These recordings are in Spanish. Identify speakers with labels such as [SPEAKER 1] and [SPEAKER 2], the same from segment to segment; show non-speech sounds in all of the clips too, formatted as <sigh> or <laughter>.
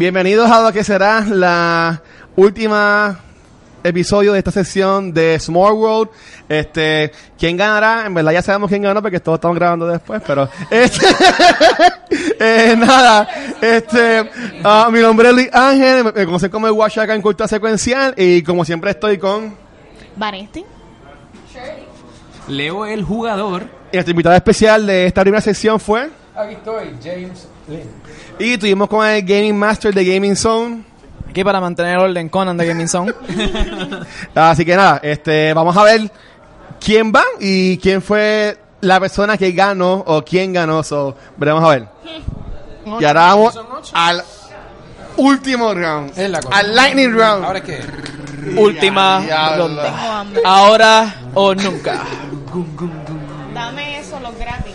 [SPEAKER 1] Bienvenidos a lo que será la última episodio de esta sesión de Small World. Este, ¿quién ganará? En verdad ya sabemos quién ganó porque todos estamos grabando después, pero <laughs> este, eh, nada, este, ah, mi nombre es Luis Ángel, me- me conocen como el Washaka en cultura secuencial y como siempre estoy con
[SPEAKER 2] Vanesti.
[SPEAKER 3] Leo el jugador.
[SPEAKER 1] y nuestro invitado especial de esta primera sesión fue
[SPEAKER 4] Aquí estoy, James Lynn.
[SPEAKER 1] y tuvimos con el Gaming Master de Gaming Zone.
[SPEAKER 5] Aquí para mantener orden Conan de Gaming Zone.
[SPEAKER 1] Así que nada, este, vamos a ver quién va y quién fue la persona que ganó o quién ganó. So, veremos a ver. Y ahora vamos al último round.
[SPEAKER 4] Es la cosa.
[SPEAKER 1] Al lightning round.
[SPEAKER 4] ¿Ahora qué?
[SPEAKER 5] Última
[SPEAKER 1] Diablo.
[SPEAKER 5] ronda.
[SPEAKER 2] Tengo hambre.
[SPEAKER 5] Ahora o nunca.
[SPEAKER 2] Dame eso, los gratis.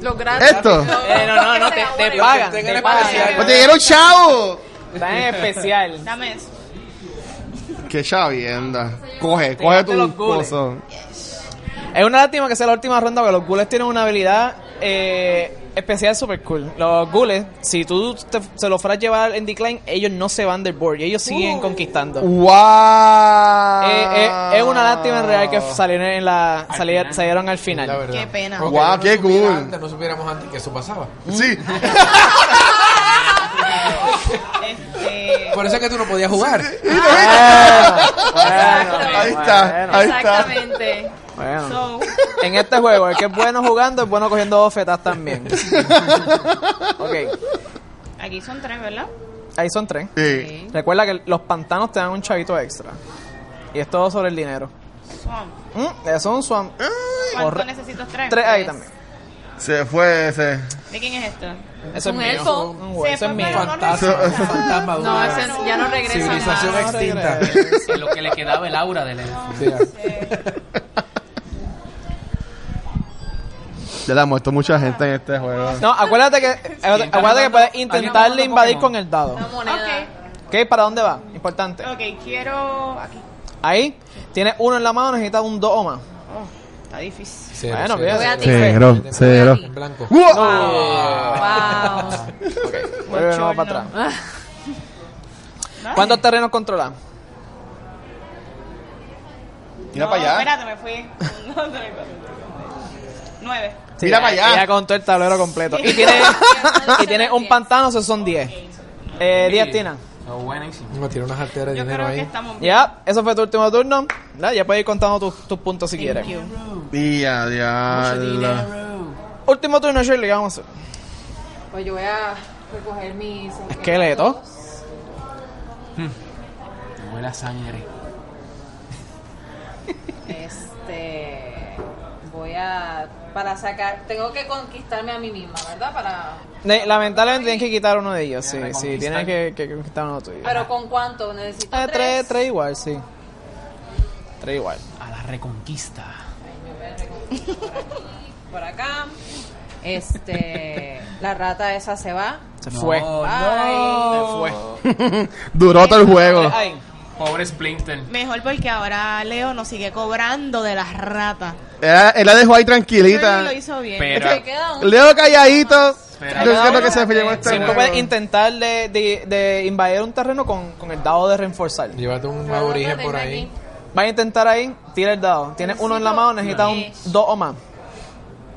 [SPEAKER 6] Los gratis.
[SPEAKER 1] Esto.
[SPEAKER 5] Eh, no, no, no, te, te pagan.
[SPEAKER 4] Tengan
[SPEAKER 5] Te
[SPEAKER 4] especial.
[SPEAKER 1] Pues
[SPEAKER 5] pagan.
[SPEAKER 1] te dieron chavo.
[SPEAKER 5] Está en especial.
[SPEAKER 2] Dame eso.
[SPEAKER 1] Qué chavienda. Coge, coge
[SPEAKER 5] Te los
[SPEAKER 1] tu
[SPEAKER 5] gules.
[SPEAKER 1] coso.
[SPEAKER 5] Es una lástima que sea la última ronda porque los ghouls tienen una habilidad eh, especial super cool. Los ghouls, si tú te- se los fueras a llevar en decline, ellos no se van del board y ellos siguen conquistando.
[SPEAKER 1] Wow.
[SPEAKER 5] Eh, eh, es una lástima en real que salieron en la salieron,
[SPEAKER 3] final.
[SPEAKER 5] salieron al
[SPEAKER 4] La
[SPEAKER 5] <laughs> final.
[SPEAKER 4] verdad.
[SPEAKER 2] Qué pena.
[SPEAKER 4] Porque
[SPEAKER 1] Guau,
[SPEAKER 4] no
[SPEAKER 1] qué
[SPEAKER 4] supiera
[SPEAKER 1] cool.
[SPEAKER 4] Antes, no supiéramos antes que eso pasaba.
[SPEAKER 5] <laughs>
[SPEAKER 1] Sí.
[SPEAKER 2] Este,
[SPEAKER 4] Por eso es que tú no podías jugar.
[SPEAKER 1] ahí está, ahí está.
[SPEAKER 6] Exactamente.
[SPEAKER 5] Bueno.
[SPEAKER 2] so,
[SPEAKER 5] En este juego, el que es bueno jugando es bueno cogiendo bofetas también. ok,
[SPEAKER 2] aquí son tres, ¿verdad?
[SPEAKER 5] ahí son tres.
[SPEAKER 1] Sí.
[SPEAKER 5] Recuerda que los pantanos te dan un chavito extra. Y es todo sobre el dinero.
[SPEAKER 2] Swamp.
[SPEAKER 5] Mm, Eso es un swamp.
[SPEAKER 2] ¿Cuánto
[SPEAKER 5] Corre-
[SPEAKER 2] necesito? Tres.
[SPEAKER 5] Tres ahí también.
[SPEAKER 1] Se fue ese.
[SPEAKER 2] ¿De quién es esto?
[SPEAKER 5] Eso es
[SPEAKER 6] Un
[SPEAKER 5] mío.
[SPEAKER 6] elfo.
[SPEAKER 5] Un huevo, Oh, Eso
[SPEAKER 2] Se
[SPEAKER 5] es
[SPEAKER 2] fue,
[SPEAKER 5] mío.
[SPEAKER 2] pues, pero no
[SPEAKER 4] Fantasma.
[SPEAKER 2] regresa.
[SPEAKER 4] fantasma. de
[SPEAKER 6] No,
[SPEAKER 4] una
[SPEAKER 6] ese ya no regresa
[SPEAKER 4] Civilización
[SPEAKER 6] más.
[SPEAKER 4] extinta.
[SPEAKER 3] en lo que le quedaba el aura del elfo.
[SPEAKER 4] Sí, ya.
[SPEAKER 1] Ya le ha muerto mucha gente en este juego.
[SPEAKER 5] No, acuérdate que, eh, acuérdate que puedes intentarle invadir con el dado.
[SPEAKER 6] Una moneda.
[SPEAKER 2] Ok.
[SPEAKER 5] Ok, ¿para dónde va? Importante.
[SPEAKER 2] Ok, quiero. Aquí.
[SPEAKER 5] Ahí, tienes uno en la mano, necesitas un dos o más.
[SPEAKER 2] Oh, está difícil.
[SPEAKER 4] Cero,
[SPEAKER 5] Bueno,
[SPEAKER 4] cero,
[SPEAKER 5] voy a
[SPEAKER 4] cero.
[SPEAKER 1] Cero, cero.
[SPEAKER 4] En blanco.
[SPEAKER 6] Wow.
[SPEAKER 5] Vuelve de nuevo
[SPEAKER 2] <laughs>
[SPEAKER 5] para atrás. ¿Cuántos terrenos controlas?
[SPEAKER 1] Mira
[SPEAKER 2] No,
[SPEAKER 1] para allá.
[SPEAKER 2] Espérate, me fui. <laughs> No, tres, cuatro, cinco, Nueve.
[SPEAKER 5] Sí,
[SPEAKER 1] Mira
[SPEAKER 5] ya-
[SPEAKER 1] para allá.
[SPEAKER 5] Ya contó el tablero completo. Y tiene, y tiene un pantano, esos son 10. Eh, 10 Tina.
[SPEAKER 3] Oh, buenísimo.
[SPEAKER 4] Me tiró unas arterias de
[SPEAKER 2] Yo
[SPEAKER 4] dinero
[SPEAKER 2] creo que
[SPEAKER 4] ahí.
[SPEAKER 2] estamos bien.
[SPEAKER 5] Ya, eso fue tu último turno. Ya, ya puedes ir contando tus, tus puntos si quieres.
[SPEAKER 2] Thank you.
[SPEAKER 1] Día, diablo.
[SPEAKER 3] Dinero.
[SPEAKER 5] Último turno, Shirley, ¿qué vamos a hacer?
[SPEAKER 6] Pues yo voy a recoger mis.
[SPEAKER 5] Esqueleto.
[SPEAKER 3] Huele a sangre.
[SPEAKER 6] Este. Voy a. Para sacar. Tengo que conquistarme a mí misma, ¿verdad? Para.
[SPEAKER 5] Ne- Lamentablemente tienes que quitar uno de ellos. Sí, sí,
[SPEAKER 3] reconquistar.
[SPEAKER 5] tienes que, que conquistar uno tuyo.
[SPEAKER 6] Pero con cuánto necesito.
[SPEAKER 5] Eh, tres,
[SPEAKER 6] tres.
[SPEAKER 5] tres igual, sí. Tres igual.
[SPEAKER 3] A la reconquista.
[SPEAKER 6] Por acá. Este. La rata esa se va.
[SPEAKER 5] Se fue.
[SPEAKER 3] No,
[SPEAKER 6] no.
[SPEAKER 5] Se fue.
[SPEAKER 1] <laughs> Duró todo el juego.
[SPEAKER 5] Ay,
[SPEAKER 3] Pobre Splinter.
[SPEAKER 2] Mejor porque ahora Leo nos sigue cobrando de las ratas.
[SPEAKER 1] Él, él la dejó ahí
[SPEAKER 2] Shirley
[SPEAKER 1] tranquilita.
[SPEAKER 2] lo hizo bien.
[SPEAKER 3] Pero-
[SPEAKER 6] Me queda un.
[SPEAKER 1] Leo calladito.
[SPEAKER 3] Espera.
[SPEAKER 1] Yo creo que se llevó este
[SPEAKER 5] siempre
[SPEAKER 1] juego.
[SPEAKER 5] puedes intentar de, de- de invadir un terreno con, con el dado de reforzar.
[SPEAKER 4] Llévate un
[SPEAKER 6] Pero no
[SPEAKER 4] aborigen
[SPEAKER 6] tengo
[SPEAKER 4] por
[SPEAKER 6] aquí.
[SPEAKER 4] ahí.
[SPEAKER 5] Vas a intentar ahí, tira el dado. Tienes uno en la mano, necesitas
[SPEAKER 6] Necesito
[SPEAKER 5] un dos o más.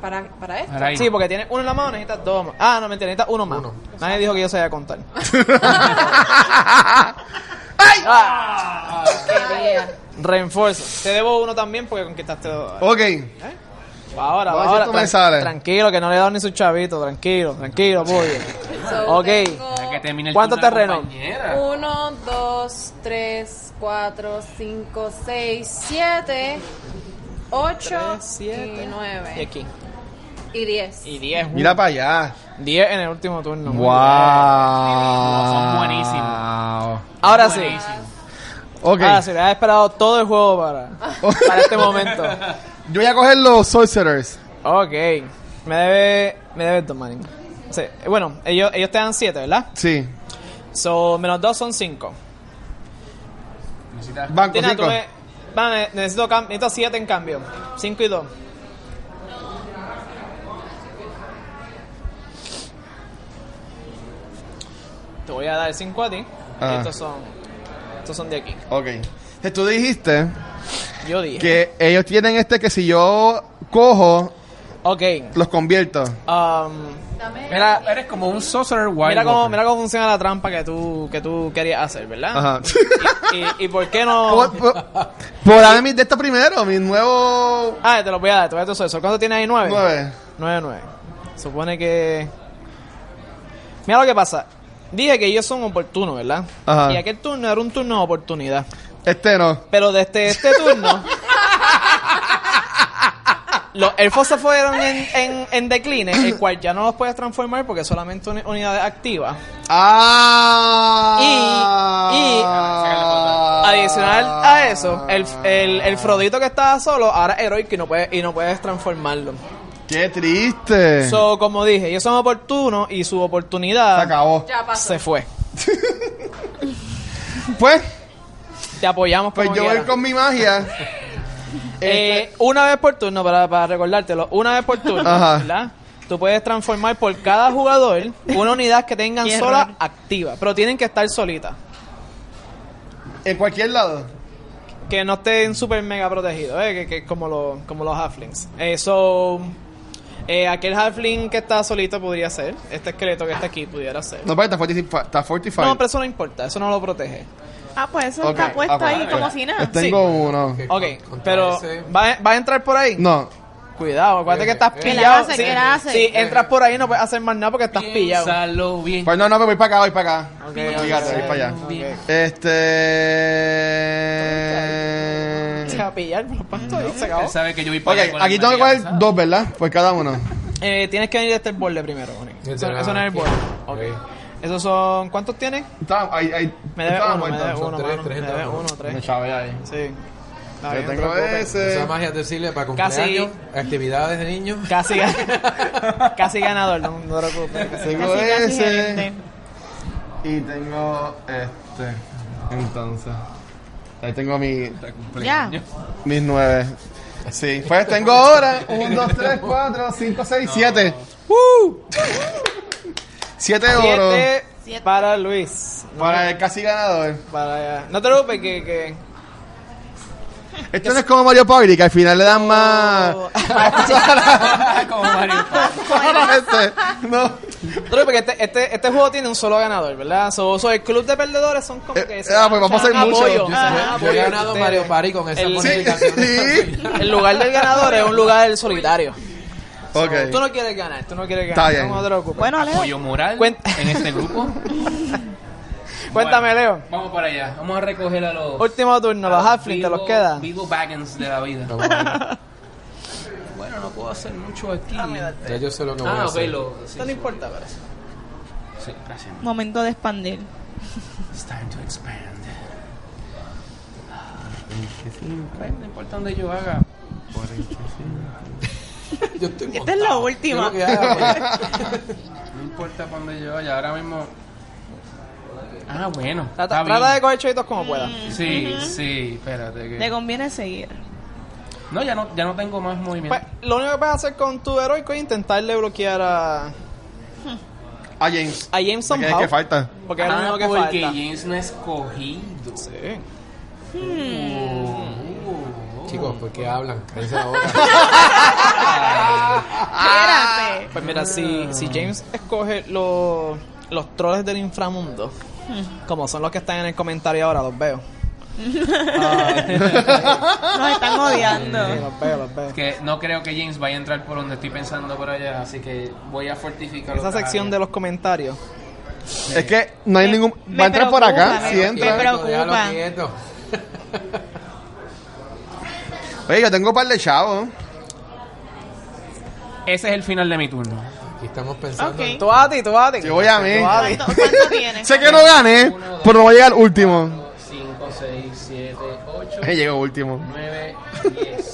[SPEAKER 6] Para, para esto.
[SPEAKER 3] Ahora ahí.
[SPEAKER 5] Sí, porque tienes uno en la mano, necesitas dos o más. Ah, no, mentira, necesitas uno más.
[SPEAKER 4] Uno.
[SPEAKER 5] Nadie dijo que yo sabía
[SPEAKER 6] <laughs>
[SPEAKER 5] contar.
[SPEAKER 6] Quería.
[SPEAKER 5] Reenforza. Ah. Te debo uno también porque conquistaste dos.
[SPEAKER 1] <laughs> Ok.
[SPEAKER 5] Va Ahora,
[SPEAKER 1] Voy
[SPEAKER 5] va
[SPEAKER 1] a decir
[SPEAKER 5] ahora.
[SPEAKER 1] tú me
[SPEAKER 5] Tran-
[SPEAKER 1] sale.
[SPEAKER 5] Tranquilo, que no le he dado ni su chavito. Tranquilo, tranquilo, voy.
[SPEAKER 6] So,
[SPEAKER 5] <laughs> Ok.
[SPEAKER 6] tengo
[SPEAKER 3] Ya que termine el
[SPEAKER 5] ¿Cuánto
[SPEAKER 3] turno de
[SPEAKER 5] terreno?
[SPEAKER 2] Uh,
[SPEAKER 3] compañera.
[SPEAKER 6] Uno, dos, tres, cuatro, cinco, seis, siete, ocho
[SPEAKER 5] Tres, siete.
[SPEAKER 6] y
[SPEAKER 5] Y
[SPEAKER 6] nueve.
[SPEAKER 5] aquí.
[SPEAKER 6] Y diez.
[SPEAKER 5] Y 10.
[SPEAKER 1] Mira para allá.
[SPEAKER 5] 10 en el último turno.
[SPEAKER 1] Wow.
[SPEAKER 3] Son buenísimos.
[SPEAKER 5] Ahora sí.
[SPEAKER 3] Buenísimo.
[SPEAKER 1] Ok.
[SPEAKER 5] Ahora Ah, sí, le has esperado todo el juego
[SPEAKER 1] <laughs>
[SPEAKER 5] para, para este momento.
[SPEAKER 1] Yo voy a coger los Sorcerers.
[SPEAKER 5] Ok. Me debe. Me debe dos manín. Sí, Bueno, ellos, ellos te dan 7, ¿verdad?
[SPEAKER 1] Sí.
[SPEAKER 5] So, menos 2 son 5.
[SPEAKER 3] Necesitas-
[SPEAKER 1] Banco
[SPEAKER 5] Tina, tú
[SPEAKER 1] 5.
[SPEAKER 5] me- Va, ne- necesito, cam- necesito 7 en cambio. 5 y 2. Te voy a dar 5 a ti.
[SPEAKER 1] Ah.
[SPEAKER 5] Y estos son. Estos son de aquí.
[SPEAKER 1] Ok. Entonces, Tú dijiste
[SPEAKER 5] Yo dije.
[SPEAKER 1] que ellos tienen este que si yo cojo,
[SPEAKER 5] Ok.
[SPEAKER 1] los convierto.
[SPEAKER 5] um,
[SPEAKER 6] Dame.
[SPEAKER 5] mira,
[SPEAKER 3] Eres como un sorcerer wild.
[SPEAKER 5] mira, cómo,
[SPEAKER 3] Walker.
[SPEAKER 5] mira cómo funciona la trampa que tú, que tú querías hacer, ¿verdad?
[SPEAKER 1] Ajá.
[SPEAKER 5] Y, y por qué
[SPEAKER 1] <laughs>
[SPEAKER 5] no.
[SPEAKER 1] Por- por- Por darme mis de esta primero, mi nuevo
[SPEAKER 5] Ah, te los voy a dar, te voy a dar todo eso. ¿Cuánto tienes ahí? 9.
[SPEAKER 1] 9.
[SPEAKER 5] 9, 9. Supone que. Mira lo que pasa. Dije que ellos son oportunos, ¿verdad?
[SPEAKER 1] Ajá.
[SPEAKER 5] Y aquel turno era un turno de oportunidad.
[SPEAKER 1] Este no.
[SPEAKER 5] Pero desde este turno. los elfos se fueron en, en, en decline, el cual ya no los puedes transformar porque solamente uni- unidades activas.
[SPEAKER 1] Ah.
[SPEAKER 5] Y- y- Adicional a eso, el, el, el Frodito que estaba solo ahora es heroico y no puedes, y no puedes transformarlo.
[SPEAKER 1] Qué triste.
[SPEAKER 5] So, como dije, ellos son oportunos y su
[SPEAKER 1] Se
[SPEAKER 5] oportunidad
[SPEAKER 1] acabó.
[SPEAKER 6] Ya pasó.
[SPEAKER 5] se fue.
[SPEAKER 1] Pues,
[SPEAKER 5] Te apoyamos
[SPEAKER 1] pues
[SPEAKER 5] como
[SPEAKER 1] yo
[SPEAKER 5] quiera.
[SPEAKER 1] voy con este- mi magia.
[SPEAKER 5] Eh, una vez por turno, para, para recordártelo, una vez por turno,
[SPEAKER 1] Ajá.
[SPEAKER 5] ¿verdad? Tú puedes transformar por cada jugador una unidad que tengan
[SPEAKER 2] Qué
[SPEAKER 5] sola
[SPEAKER 2] error.
[SPEAKER 5] activa, pero tienen que estar solitas,
[SPEAKER 1] En cualquier lado.
[SPEAKER 5] que no estén super mega protegidos, ¿eh? que, que como, los como los halflings. Eh, so, eh, aquel halfling que está solito podría ser, este esqueleto que está aquí pudiera ser.
[SPEAKER 1] No, pero está 45. Está 45.
[SPEAKER 5] No, pero eso no importa, eso no lo protege.
[SPEAKER 2] Ah, pues eso
[SPEAKER 1] Ok,
[SPEAKER 2] está puesto
[SPEAKER 1] ah, pues,
[SPEAKER 2] ahí
[SPEAKER 1] ok.
[SPEAKER 2] como si nada.
[SPEAKER 1] Pues Tengo uno.
[SPEAKER 5] Ok,
[SPEAKER 4] Contra
[SPEAKER 5] pero
[SPEAKER 4] ese-
[SPEAKER 5] ¿va, a- va a entrar por ahí?
[SPEAKER 1] No.
[SPEAKER 5] Cuidado, acuérdate que estás
[SPEAKER 4] Eh, eh.
[SPEAKER 2] ¿Qué
[SPEAKER 5] pillado.
[SPEAKER 2] la hace?
[SPEAKER 5] Si-
[SPEAKER 2] ¿Qué la hace?
[SPEAKER 5] Si entras por ahí no puedes hacer más nada porque estás pillado.
[SPEAKER 3] Piénsalo bien.
[SPEAKER 1] Pues no, no, me voy para acá, voy para acá.
[SPEAKER 5] Ok,
[SPEAKER 1] Fíjate,
[SPEAKER 5] ok.
[SPEAKER 1] voy para allá.
[SPEAKER 3] Bien.
[SPEAKER 5] Se va
[SPEAKER 1] Este.
[SPEAKER 5] a pillar pues, por los pastos y se acabó.
[SPEAKER 3] Él sabe que yo voy
[SPEAKER 1] Ok,
[SPEAKER 3] para allá con la
[SPEAKER 1] aquí tengo que
[SPEAKER 3] mañana,
[SPEAKER 1] coger dos, ¿verdad? Pues cada uno.
[SPEAKER 5] Eh, tienes que venir a este borde primero, Bonnie.
[SPEAKER 4] Este
[SPEAKER 5] Eso,
[SPEAKER 4] era
[SPEAKER 5] eso no es el
[SPEAKER 4] aquí.
[SPEAKER 5] borde. Ok. Esos son. ¿Cuántos tienes?
[SPEAKER 1] Estaba, ahí, ahí.
[SPEAKER 5] Me debe
[SPEAKER 1] estaba
[SPEAKER 5] uno, me debe
[SPEAKER 4] son
[SPEAKER 5] uno,
[SPEAKER 4] tres,
[SPEAKER 5] mano.
[SPEAKER 4] tres,
[SPEAKER 5] Me debe
[SPEAKER 4] entonces.
[SPEAKER 5] uno,
[SPEAKER 1] Me
[SPEAKER 5] tres.
[SPEAKER 1] chavé ahí.
[SPEAKER 5] Sí. Está
[SPEAKER 1] Yo
[SPEAKER 5] bien,
[SPEAKER 1] tengo
[SPEAKER 5] no te preocupes.
[SPEAKER 1] ese.
[SPEAKER 4] Esa magia te sirve para
[SPEAKER 5] Casi-
[SPEAKER 4] cumpleaños, actividades de niños.
[SPEAKER 5] Casi, ga- <laughs> casi ganador, no, no te preocupes.
[SPEAKER 1] Tengo
[SPEAKER 2] Casi, casi
[SPEAKER 1] ese.
[SPEAKER 2] gerente.
[SPEAKER 1] Y tengo este. Entonces. Ahí tengo mi,
[SPEAKER 2] Ya.
[SPEAKER 1] mis nueve. Sí, pues tengo ahora 1, 2, 3, 4, 5, 6, 7.
[SPEAKER 5] ¡Woo!
[SPEAKER 1] 7 oro
[SPEAKER 5] Siete
[SPEAKER 2] Siete.
[SPEAKER 5] para Luis.
[SPEAKER 1] para el casi ganador.
[SPEAKER 5] Para, no te preocupes que. que
[SPEAKER 1] Esto no es como Mario Party, que al final le dan más.
[SPEAKER 2] Oh.
[SPEAKER 1] <laughs>
[SPEAKER 3] ¿sabes? Como Mario Party.
[SPEAKER 1] Este, no.
[SPEAKER 5] no te preocupes que este, este, este juego tiene un solo ganador, ¿verdad? So, so, el club de perdedores son como
[SPEAKER 1] Eh,
[SPEAKER 5] que.
[SPEAKER 1] eh,
[SPEAKER 5] se
[SPEAKER 1] ah,
[SPEAKER 5] dan
[SPEAKER 1] pues vamos a hacer
[SPEAKER 5] apoyo.
[SPEAKER 1] mucho.
[SPEAKER 4] Yo,
[SPEAKER 5] Ah,
[SPEAKER 4] yo
[SPEAKER 5] apoyo
[SPEAKER 4] he
[SPEAKER 5] de
[SPEAKER 3] Este,
[SPEAKER 4] ganado
[SPEAKER 5] ustedes.
[SPEAKER 4] Mario Party con esa
[SPEAKER 5] El-
[SPEAKER 1] Sí, sí.
[SPEAKER 5] El lugar del ganador es un lugar solitario.
[SPEAKER 1] Ok.
[SPEAKER 5] Tú no quieres ganar, tú no quieres
[SPEAKER 1] Está
[SPEAKER 5] ganar.
[SPEAKER 1] bien.
[SPEAKER 5] No te preocupes.
[SPEAKER 2] Bueno, Leo.
[SPEAKER 3] Apoyo moral
[SPEAKER 5] Cuenta-
[SPEAKER 3] en este grupo.
[SPEAKER 5] <laughs> Cuéntame,
[SPEAKER 3] Bueno,
[SPEAKER 5] Leo.
[SPEAKER 3] Vamos para allá. Vamos a recoger a los.
[SPEAKER 5] Último turno, los
[SPEAKER 3] a
[SPEAKER 5] halflings te los
[SPEAKER 3] vivo-
[SPEAKER 5] queda.
[SPEAKER 3] Vivo Baggins de la vida. <laughs> bueno, no puedo hacer mucho aquí.
[SPEAKER 5] Ah,
[SPEAKER 4] Ya yo sé lo que voy a
[SPEAKER 3] Ah, ok,
[SPEAKER 4] hacer.
[SPEAKER 3] lo. Sí,
[SPEAKER 5] Eso no importa, pero.
[SPEAKER 3] sí, gracias.
[SPEAKER 2] Momento de expandir.
[SPEAKER 3] It's time to expand. No importa donde yo haga.
[SPEAKER 4] Yo estoy
[SPEAKER 2] Esta Este es la última.
[SPEAKER 4] montado. Yo lo que haga,
[SPEAKER 3] <laughs> No importa para donde yo vaya. Ahora mismo. Ah, bueno.
[SPEAKER 5] Trata,
[SPEAKER 3] está
[SPEAKER 5] trata de
[SPEAKER 3] bien. Mm.
[SPEAKER 5] coger choritos como puedas.
[SPEAKER 3] Sí, sí, espérate.
[SPEAKER 2] Te
[SPEAKER 3] Que...
[SPEAKER 2] conviene seguir.
[SPEAKER 3] No, ya no, ya no tengo más movimiento.
[SPEAKER 5] Pues, lo único que puedes hacer con tu heroico es intentarle bloquear a, a
[SPEAKER 1] A Ah, James.
[SPEAKER 5] James
[SPEAKER 1] ¿Qué es
[SPEAKER 5] somehow.
[SPEAKER 1] que falta?
[SPEAKER 5] Porque es lo
[SPEAKER 3] Ah,
[SPEAKER 5] único que
[SPEAKER 3] porque
[SPEAKER 5] falta.
[SPEAKER 3] James no ha escogido.
[SPEAKER 5] Sí.
[SPEAKER 4] pues. Chicos, ¿por qué hablan? A esa hora.
[SPEAKER 1] Ah.
[SPEAKER 2] Espérate.
[SPEAKER 5] Pues mira, si, si James escoge los, los troles del inframundo, como son los que están en el comentario ahora, los veo. Ah,
[SPEAKER 2] Nos están
[SPEAKER 1] <laughs>
[SPEAKER 5] sí,
[SPEAKER 2] odiando.
[SPEAKER 5] los veo, los veo.
[SPEAKER 3] Que no creo que James vaya a entrar por donde estoy pensando por allá, así que voy a fortificar
[SPEAKER 5] Esa sección de los comentarios.
[SPEAKER 1] Es que no hay
[SPEAKER 2] Me-
[SPEAKER 1] ningún.
[SPEAKER 2] Eh, me
[SPEAKER 1] Va a entrar por acá,
[SPEAKER 2] preocupa,
[SPEAKER 1] si
[SPEAKER 2] me-
[SPEAKER 1] entra.
[SPEAKER 4] Quieto, déjalo
[SPEAKER 2] preocupa.
[SPEAKER 4] quieto.
[SPEAKER 1] Oye, yo tengo un par de chavos.
[SPEAKER 3] Ese es el final de mi turno.
[SPEAKER 4] Aquí estamos pensando.
[SPEAKER 2] Ok.
[SPEAKER 4] en-
[SPEAKER 5] Tú vas a ti, tú vas a ti.
[SPEAKER 1] Yo voy a mí.
[SPEAKER 5] Tú vas a ti.
[SPEAKER 2] ¿Cuánto, cuánto
[SPEAKER 1] <laughs>
[SPEAKER 2] tienes?
[SPEAKER 1] Sé que no gané, pero no voy a llegar último.
[SPEAKER 3] 5, 6, 7, 8,
[SPEAKER 1] Eh, Llego último.
[SPEAKER 3] 9, 10.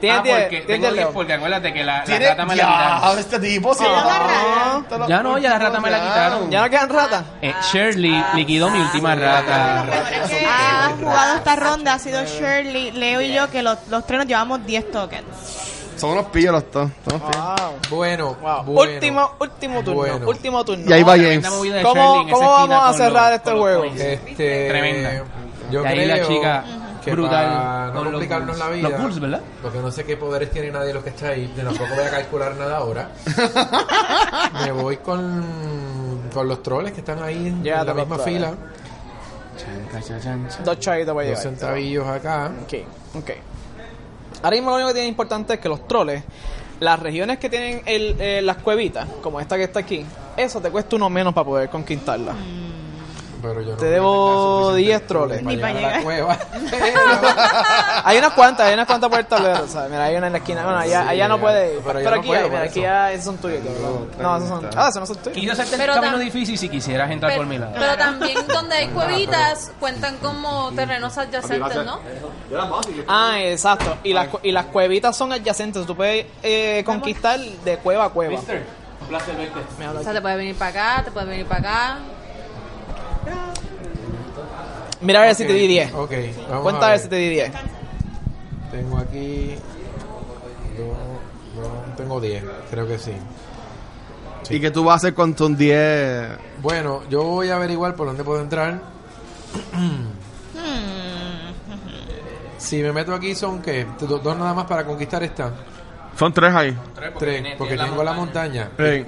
[SPEAKER 5] Tienes
[SPEAKER 3] ah, porque
[SPEAKER 5] 10,
[SPEAKER 3] tengo
[SPEAKER 5] tienes
[SPEAKER 3] 10
[SPEAKER 5] 10.
[SPEAKER 3] porque acuérdate que la, la
[SPEAKER 1] Tiene-
[SPEAKER 3] rata me la
[SPEAKER 1] Ya,
[SPEAKER 3] quitaron.
[SPEAKER 1] este tipo se
[SPEAKER 2] Ah.
[SPEAKER 3] Ya no, ya la rata me la quitaron.
[SPEAKER 5] ¿Ya no quedan ratas?
[SPEAKER 3] Eh, Shirley
[SPEAKER 5] ah,
[SPEAKER 3] liquidó mi última rata.
[SPEAKER 5] Ah.
[SPEAKER 2] Ha jugado esta ronda, ha sido Shirley, Leo y yo, que los, los tres nos llevamos 10 tokens.
[SPEAKER 1] Son unos pillos los dos. son unos pillos.
[SPEAKER 5] Wow.
[SPEAKER 4] Bueno,
[SPEAKER 5] Wow.
[SPEAKER 4] bueno.
[SPEAKER 5] último, último turno.
[SPEAKER 4] Bueno.
[SPEAKER 5] Último turno.
[SPEAKER 1] Y ahí va James.
[SPEAKER 3] Tremenda movida de
[SPEAKER 5] ¿Cómo-
[SPEAKER 3] Shirley en esa
[SPEAKER 5] cómo
[SPEAKER 3] esquina
[SPEAKER 5] vamos a
[SPEAKER 3] con
[SPEAKER 5] cerrar
[SPEAKER 3] los-
[SPEAKER 5] este
[SPEAKER 3] con los
[SPEAKER 5] juego?
[SPEAKER 3] Phillies.
[SPEAKER 4] Este,
[SPEAKER 3] Tremenda.
[SPEAKER 4] Yo
[SPEAKER 3] Y ahí
[SPEAKER 4] creo
[SPEAKER 3] la chica
[SPEAKER 4] que
[SPEAKER 3] brutal
[SPEAKER 4] para no
[SPEAKER 3] con los
[SPEAKER 4] complicarnos
[SPEAKER 3] Bulls.
[SPEAKER 4] la vida.
[SPEAKER 3] Los Bulls, ¿verdad?
[SPEAKER 4] Porque no sé qué poderes tiene nadie de los que está ahí. De tampoco voy a calcular nada ahora. Me voy con, con los troles que están ahí en
[SPEAKER 5] Ya,
[SPEAKER 4] la
[SPEAKER 5] te
[SPEAKER 4] misma
[SPEAKER 5] los
[SPEAKER 4] fila.
[SPEAKER 3] Chan, chan, chan, chan.
[SPEAKER 5] Dos chavitos para
[SPEAKER 4] Los
[SPEAKER 5] llegar.
[SPEAKER 4] centavillos acá.
[SPEAKER 5] Ok, ok. Ahora mismo lo único que tiene importante es que los troles, las regiones que tienen el, eh, las cuevitas, como esta que está aquí, eso te cuesta uno menos para poder conquistarla.
[SPEAKER 4] Pero yo no
[SPEAKER 5] Te
[SPEAKER 4] voy a
[SPEAKER 5] debo
[SPEAKER 4] inventar
[SPEAKER 5] 10
[SPEAKER 4] suficiente
[SPEAKER 5] troles.
[SPEAKER 2] Ni
[SPEAKER 4] para
[SPEAKER 2] pa'
[SPEAKER 4] llegar a la
[SPEAKER 2] llegar.
[SPEAKER 4] <laughs> cueva.
[SPEAKER 5] Hay unas cuantas, hay unas cuantas por el tablero, ¿sabes? Mira, hay una en la esquina. Bueno, allá,
[SPEAKER 4] Sí,
[SPEAKER 5] allá no
[SPEAKER 4] ya.
[SPEAKER 5] puede ir.
[SPEAKER 4] Pero
[SPEAKER 5] Pero,
[SPEAKER 4] yo no
[SPEAKER 5] aquí,
[SPEAKER 4] puedo
[SPEAKER 5] hay,
[SPEAKER 4] con
[SPEAKER 5] mira, aquí
[SPEAKER 4] eso.
[SPEAKER 5] ya esos son tuyos. cabrón. No, esos son. Ah, esos no son
[SPEAKER 3] Y
[SPEAKER 5] tuyos.
[SPEAKER 3] yo acepté el
[SPEAKER 6] Pero tam-
[SPEAKER 3] camino este difícil si quisieras entrar por mi lado.
[SPEAKER 6] Pero también donde
[SPEAKER 4] <laughs>
[SPEAKER 6] hay cuevitas cuentan como terrenos adyacentes, ¿no?
[SPEAKER 5] Ah, exacto. Y las, cu- y las cuevitas son adyacentes. Tú puedes eh, conquistar de cueva a cueva.
[SPEAKER 3] Mister, un placer verte.
[SPEAKER 5] Me habla
[SPEAKER 6] O
[SPEAKER 5] aquí.
[SPEAKER 6] sea, te puedes venir para acá, te puedes venir para acá.
[SPEAKER 5] Mira a ver si te di 10.
[SPEAKER 4] Ok, vamos
[SPEAKER 5] Cuenta a
[SPEAKER 4] a
[SPEAKER 5] ver
[SPEAKER 4] ver.
[SPEAKER 5] si te di 10.
[SPEAKER 4] Tengo aquí. Yo, yo tengo 10, creo que sí.
[SPEAKER 1] Y que tú vas a hacer con tu 10.
[SPEAKER 4] Bueno, yo voy a averiguar por dónde puedo entrar. Si me meto aquí son que dos nada más para conquistar esta.
[SPEAKER 1] Son tres ahí.
[SPEAKER 4] Tres,
[SPEAKER 3] tiene-
[SPEAKER 4] porque
[SPEAKER 3] tiene
[SPEAKER 4] tengo la montaña.
[SPEAKER 1] Ey,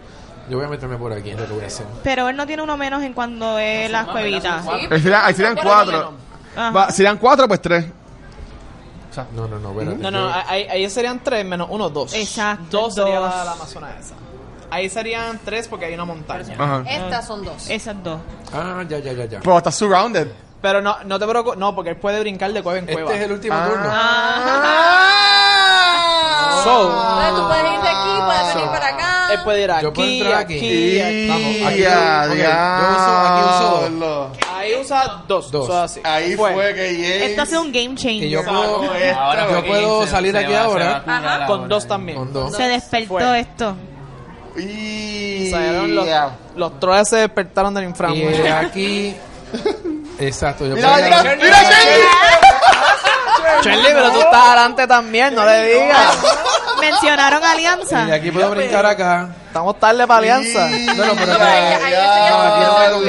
[SPEAKER 4] Yo voy a meterme por aquí, es lo que voy a hacer.
[SPEAKER 2] Pero él no tiene uno menos en cuando es las cuevitas.
[SPEAKER 6] Sí,
[SPEAKER 1] Ahí serían, ahí serían cuatro. Va, serían cuatro, pues tres.
[SPEAKER 4] No, no, no, espérate.
[SPEAKER 5] No, ah. no,
[SPEAKER 4] yo-
[SPEAKER 5] ahí, ahí serían tres menos uno, dos.
[SPEAKER 2] Exacto,
[SPEAKER 5] Dos sería
[SPEAKER 2] dos.
[SPEAKER 5] la, la Amazona esa. Ajá. Ahí serían tres porque hay una montaña.
[SPEAKER 1] Ajá.
[SPEAKER 4] Eh.
[SPEAKER 6] Estas son dos.
[SPEAKER 2] Esas dos.
[SPEAKER 4] Ah, ya, ya, ya, ya.
[SPEAKER 1] Pero está surrounded.
[SPEAKER 5] Pero no, no te preocupes, no, porque él puede brincar de cueva en cueva.
[SPEAKER 4] Este es el último
[SPEAKER 1] Ah.
[SPEAKER 4] turno.
[SPEAKER 5] So,
[SPEAKER 6] Entonces tú puedes ir de aquí, puedes venir
[SPEAKER 4] Ah.
[SPEAKER 6] para acá.
[SPEAKER 5] él puede ir
[SPEAKER 4] Yo puedo
[SPEAKER 5] aquí,
[SPEAKER 4] entrar aquí.
[SPEAKER 5] aquí,
[SPEAKER 1] Y ah,
[SPEAKER 5] aquí.
[SPEAKER 4] eh, Vamos, aquí
[SPEAKER 1] ya,
[SPEAKER 4] yo- ok, yo uso- aquí uso
[SPEAKER 1] diablo.
[SPEAKER 5] Ahí usa dos.
[SPEAKER 4] Dos.
[SPEAKER 5] so así.
[SPEAKER 1] Ahí
[SPEAKER 5] Bueno,
[SPEAKER 1] fue que James.
[SPEAKER 2] Esto ha sido un game
[SPEAKER 4] Y
[SPEAKER 2] changer.
[SPEAKER 4] yo puedo,
[SPEAKER 5] eh.
[SPEAKER 3] Ahora
[SPEAKER 4] yo
[SPEAKER 3] porque
[SPEAKER 4] puedo
[SPEAKER 3] se-
[SPEAKER 4] salir
[SPEAKER 3] se
[SPEAKER 4] aquí
[SPEAKER 3] va- se va a
[SPEAKER 4] ahora.
[SPEAKER 3] curar ahora.
[SPEAKER 5] Con dos también.
[SPEAKER 4] Con dos.
[SPEAKER 2] Se despertó
[SPEAKER 5] Fue.
[SPEAKER 2] esto.
[SPEAKER 1] Y...
[SPEAKER 5] Salieron los, los troles se despertaron del
[SPEAKER 4] Y
[SPEAKER 5] inframundo.
[SPEAKER 4] de aquí. Exacto, yo
[SPEAKER 1] Mira,
[SPEAKER 4] puedo.
[SPEAKER 1] mira, mira, James.
[SPEAKER 5] Charlie, pero tú estás adelante también, no le digas.
[SPEAKER 2] Mencionaron
[SPEAKER 4] Y de
[SPEAKER 2] alianza.
[SPEAKER 4] aquí puedo brincar
[SPEAKER 5] pues.
[SPEAKER 4] acá.
[SPEAKER 5] Estamos tarde para alianza.
[SPEAKER 4] Bueno, pero
[SPEAKER 6] No, pero ahí- ahí
[SPEAKER 4] no me
[SPEAKER 6] eso ya-
[SPEAKER 4] conviene, aquí no me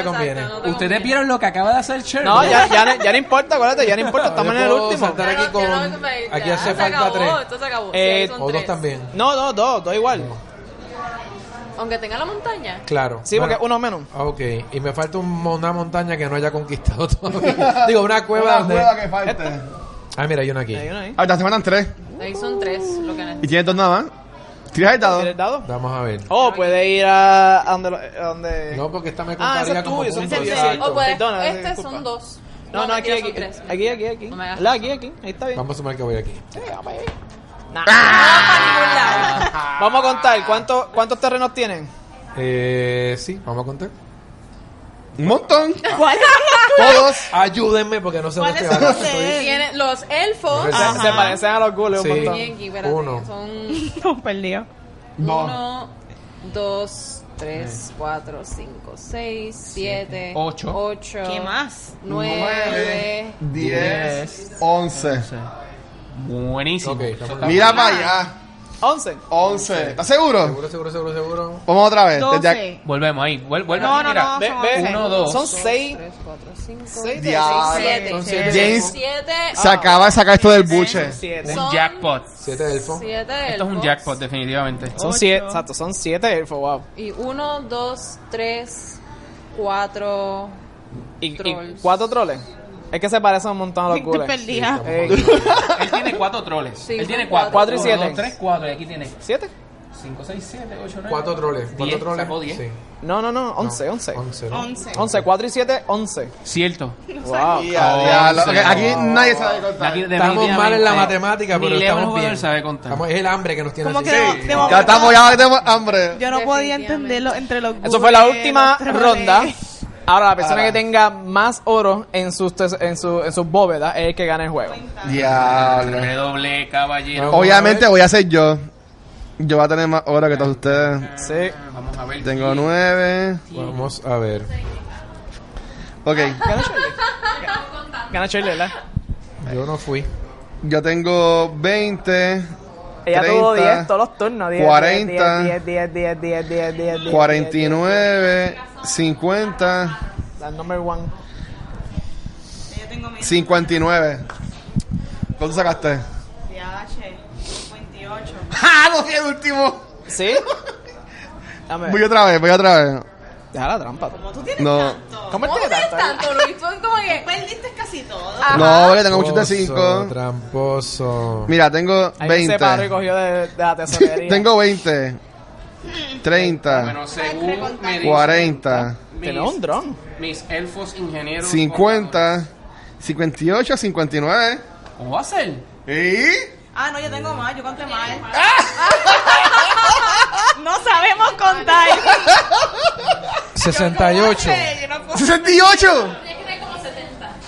[SPEAKER 6] exacto,
[SPEAKER 4] conviene.
[SPEAKER 6] no te
[SPEAKER 3] Ustedes vieron lo que acaba de hacer Shirley.
[SPEAKER 5] No, ya, ya, no- ya no importa, acuérdate, ya no importa, estamos en el
[SPEAKER 4] Yo puedo
[SPEAKER 5] último.
[SPEAKER 4] saltar aquí con-
[SPEAKER 6] Ya no- ya no- ya
[SPEAKER 4] aquí hace
[SPEAKER 6] se
[SPEAKER 4] falta
[SPEAKER 6] acabó,
[SPEAKER 4] tres.
[SPEAKER 6] esto se acabó. Sí,
[SPEAKER 5] Eh,
[SPEAKER 6] ahí son
[SPEAKER 4] O dos
[SPEAKER 6] tres.
[SPEAKER 4] también.
[SPEAKER 5] No, no, dos, dos igual.
[SPEAKER 6] Aunque tenga la montaña.
[SPEAKER 4] Claro.
[SPEAKER 5] Sí, porque
[SPEAKER 4] Bueno,
[SPEAKER 5] uno menos.
[SPEAKER 4] Ah, Ok, y me falta un- una montaña que no haya conquistado <laughs> todavía. Digo, una cueva
[SPEAKER 1] Una
[SPEAKER 4] donde.
[SPEAKER 1] cueva que falte.
[SPEAKER 4] Ah, mira, hay una aquí.
[SPEAKER 5] Hay uno ahí.
[SPEAKER 1] Ahí está, se mandan tres.
[SPEAKER 6] Ahí son
[SPEAKER 5] Uh.
[SPEAKER 6] tres lo que
[SPEAKER 1] Y
[SPEAKER 6] necesito.
[SPEAKER 1] tienes dos nada más. Tiras el dado.
[SPEAKER 5] ¿Quieres dado? Ah,
[SPEAKER 4] Vamos a ver.
[SPEAKER 5] O Ah. Oh, puede ir a, a donde... lo- a donde-
[SPEAKER 4] No, porque esta me
[SPEAKER 5] Ah, ese
[SPEAKER 4] contaría
[SPEAKER 5] es
[SPEAKER 4] como
[SPEAKER 5] tuyo, ese es
[SPEAKER 4] punto,
[SPEAKER 5] tuyo.
[SPEAKER 6] Sí,
[SPEAKER 4] exacto.
[SPEAKER 6] o puedes,
[SPEAKER 5] Perdona,
[SPEAKER 6] estas
[SPEAKER 5] disculpa.
[SPEAKER 6] son dos.
[SPEAKER 5] No, no, aquí,
[SPEAKER 6] mentira,
[SPEAKER 5] aquí,
[SPEAKER 6] son tres.
[SPEAKER 5] aquí, aquí, aquí.
[SPEAKER 6] No me hagas
[SPEAKER 5] La, aquí, aquí. Ahí está bien.
[SPEAKER 4] Vamos a sumar que voy aquí.
[SPEAKER 5] Nah. <laughs>
[SPEAKER 6] Ah, <laughs> para ningún lado.
[SPEAKER 5] Vamos a contar. ¿Cuántos, ¿Cuántos terrenos tienen?
[SPEAKER 4] Eh, sí, vamos a contar.
[SPEAKER 1] Un montón.
[SPEAKER 2] ¿Cuáles
[SPEAKER 1] Todos.
[SPEAKER 4] Ayúdenme porque no sé dónde
[SPEAKER 2] ¿Cuáles son
[SPEAKER 4] va.
[SPEAKER 2] ustedes?
[SPEAKER 6] Tienen los elfos. Ah,
[SPEAKER 5] Se,
[SPEAKER 4] Ajá.
[SPEAKER 5] se parecen a los gules
[SPEAKER 4] Sí.
[SPEAKER 5] un montón.
[SPEAKER 6] Bien, aquí, espérate,
[SPEAKER 4] Uno.
[SPEAKER 6] Son
[SPEAKER 2] <laughs> No, perdido.
[SPEAKER 6] uno, dos, tres, cuatro, cinco, seis, siete,
[SPEAKER 3] Ocho.
[SPEAKER 6] ocho,
[SPEAKER 2] ¿Qué más?
[SPEAKER 6] nueve.
[SPEAKER 1] 10, 11.
[SPEAKER 3] Buenísimo.
[SPEAKER 4] Ok, estamos-
[SPEAKER 3] Eso está-
[SPEAKER 1] Mira
[SPEAKER 5] Ah.
[SPEAKER 1] para allá.
[SPEAKER 5] 11.
[SPEAKER 1] 11. ¿Estás seguro?
[SPEAKER 4] Seguro, seguro, seguro, seguro.
[SPEAKER 1] Vamos otra
[SPEAKER 5] Este
[SPEAKER 1] vez. Desde
[SPEAKER 2] Doce.
[SPEAKER 3] Volvemos ahí. Vuel- vuelve
[SPEAKER 2] No,
[SPEAKER 3] aquí,
[SPEAKER 2] no,
[SPEAKER 3] mira.
[SPEAKER 2] no.
[SPEAKER 5] Ve,
[SPEAKER 2] son
[SPEAKER 5] ve.
[SPEAKER 2] once.
[SPEAKER 3] Uno, dos.
[SPEAKER 5] Son 6.
[SPEAKER 6] Tres, cuatro, cinco,
[SPEAKER 5] Seis.
[SPEAKER 1] Diablo.
[SPEAKER 6] siete,
[SPEAKER 4] Son
[SPEAKER 6] siete,
[SPEAKER 4] siete.
[SPEAKER 1] James.
[SPEAKER 6] siete. ah,
[SPEAKER 1] Se acaba de sacar esto del buche.
[SPEAKER 3] Un
[SPEAKER 5] 7.
[SPEAKER 6] Son-
[SPEAKER 3] jackpot.
[SPEAKER 4] Siete elfos.
[SPEAKER 6] Siete
[SPEAKER 3] Esto es un
[SPEAKER 6] elfos.
[SPEAKER 3] jackpot, definitivamente.
[SPEAKER 5] Son 7. Exacto, son 7 elfos, wow.
[SPEAKER 6] Y uno, dos, tres, cuatro.
[SPEAKER 5] Y, y
[SPEAKER 6] Trolls.
[SPEAKER 5] cuatro troles. Es que se parecen un
[SPEAKER 2] <laughs>
[SPEAKER 5] montón
[SPEAKER 6] <laughs>
[SPEAKER 5] a los
[SPEAKER 2] Estoy
[SPEAKER 5] gules.
[SPEAKER 2] perdida.
[SPEAKER 3] Él tiene cuatro troles.
[SPEAKER 6] Sí,
[SPEAKER 3] Él tiene
[SPEAKER 6] son
[SPEAKER 3] cuatro.
[SPEAKER 5] cuatro y siete.
[SPEAKER 3] 1, 3, 4. Y aquí tiene
[SPEAKER 5] 7.
[SPEAKER 3] 5, 6, 7, 8, 9.
[SPEAKER 4] Cuatro troles. Cuatro
[SPEAKER 3] Diez,
[SPEAKER 4] troles.
[SPEAKER 3] sacó diez.
[SPEAKER 4] Sí.
[SPEAKER 5] No, no, no, 11, 11.
[SPEAKER 4] Once. ¿no?
[SPEAKER 2] Once. <laughs>
[SPEAKER 5] 11, 4 y 7, 11.
[SPEAKER 3] Cierto.
[SPEAKER 5] Wow.
[SPEAKER 1] Ya, diablo. Ok, Aquí nadie sabe contar.
[SPEAKER 3] Aquí
[SPEAKER 4] Estamos mal en la
[SPEAKER 3] definitivamente
[SPEAKER 4] matemática,
[SPEAKER 3] ni
[SPEAKER 4] pero
[SPEAKER 3] Leo el
[SPEAKER 4] estamos
[SPEAKER 3] jugador
[SPEAKER 4] bien.
[SPEAKER 3] sabe contar.
[SPEAKER 4] Estamos- es el hambre que nos tiene
[SPEAKER 2] Como
[SPEAKER 4] así.
[SPEAKER 2] que de- de momento-
[SPEAKER 1] Ya estamos, ya tenemos hambre.
[SPEAKER 2] Yo no podía
[SPEAKER 6] Definitivamente.
[SPEAKER 2] entenderlo entre los
[SPEAKER 5] Eso fue la
[SPEAKER 2] gules, los
[SPEAKER 5] última
[SPEAKER 2] troles.
[SPEAKER 5] ronda. Ahora, la persona
[SPEAKER 1] Ahora.
[SPEAKER 5] que tenga más oro en sus, tes- en su, en sus bóvedas es el que gana el juego.
[SPEAKER 1] Diablo.
[SPEAKER 3] Redoble, caballero.
[SPEAKER 1] Obviamente voy a ser yo. Yo voy a tener más horas que todos ustedes.
[SPEAKER 5] Sí.
[SPEAKER 3] Vamos a ver.
[SPEAKER 1] Tengo nueve.
[SPEAKER 4] Vamos a ver.
[SPEAKER 1] Ok,
[SPEAKER 5] Gana Shirley. Gana Shirley, ¿verdad?
[SPEAKER 4] Yo no fui.
[SPEAKER 1] yo tengo 20.
[SPEAKER 5] Ella tuvo
[SPEAKER 1] 30,
[SPEAKER 5] 10 todos los turnos. 10,
[SPEAKER 1] 40,
[SPEAKER 5] 10, 10, 10, 10, 10, 10, 10, 10,
[SPEAKER 1] 49, 50,
[SPEAKER 5] La number one.
[SPEAKER 2] Yo tengo mi
[SPEAKER 1] 59. ¿Cuánto <laughs> sacaste?
[SPEAKER 2] TH, 28.
[SPEAKER 1] ¡Ja! Ah, No fui el último.
[SPEAKER 5] ¿Sí? Dame.
[SPEAKER 1] Voy otra vez, voy otra vez.
[SPEAKER 5] Deja la trampa.
[SPEAKER 2] Como tú tienes
[SPEAKER 1] No.
[SPEAKER 2] tanto.
[SPEAKER 5] ¿Cómo
[SPEAKER 6] ¿Cómo
[SPEAKER 5] es que
[SPEAKER 6] tienes
[SPEAKER 5] tanto?
[SPEAKER 6] tanto, Luis? Tú como que...
[SPEAKER 2] Perdiste casi todo.
[SPEAKER 6] Ajá.
[SPEAKER 1] No, porque tengo
[SPEAKER 4] Tramposo,
[SPEAKER 1] 85.
[SPEAKER 4] Tramposo.
[SPEAKER 1] Mira, tengo
[SPEAKER 5] Ahí se paró y
[SPEAKER 1] 20.
[SPEAKER 5] cogió de, de la tesorería.
[SPEAKER 1] <laughs> Tengo 20. 30.
[SPEAKER 3] Bueno, según me dicen
[SPEAKER 1] 40.
[SPEAKER 5] Tiene un dron.
[SPEAKER 3] mis elfos ingenieros.
[SPEAKER 1] 50. 58, 59.
[SPEAKER 3] ¿Cómo va a ser?
[SPEAKER 1] ¿Y?
[SPEAKER 2] Ah, no, yo tengo más, yo conté mal. Ah. <laughs> no sabemos contar. Yo
[SPEAKER 4] 68.
[SPEAKER 2] no sé, yo no puedo-
[SPEAKER 1] 68.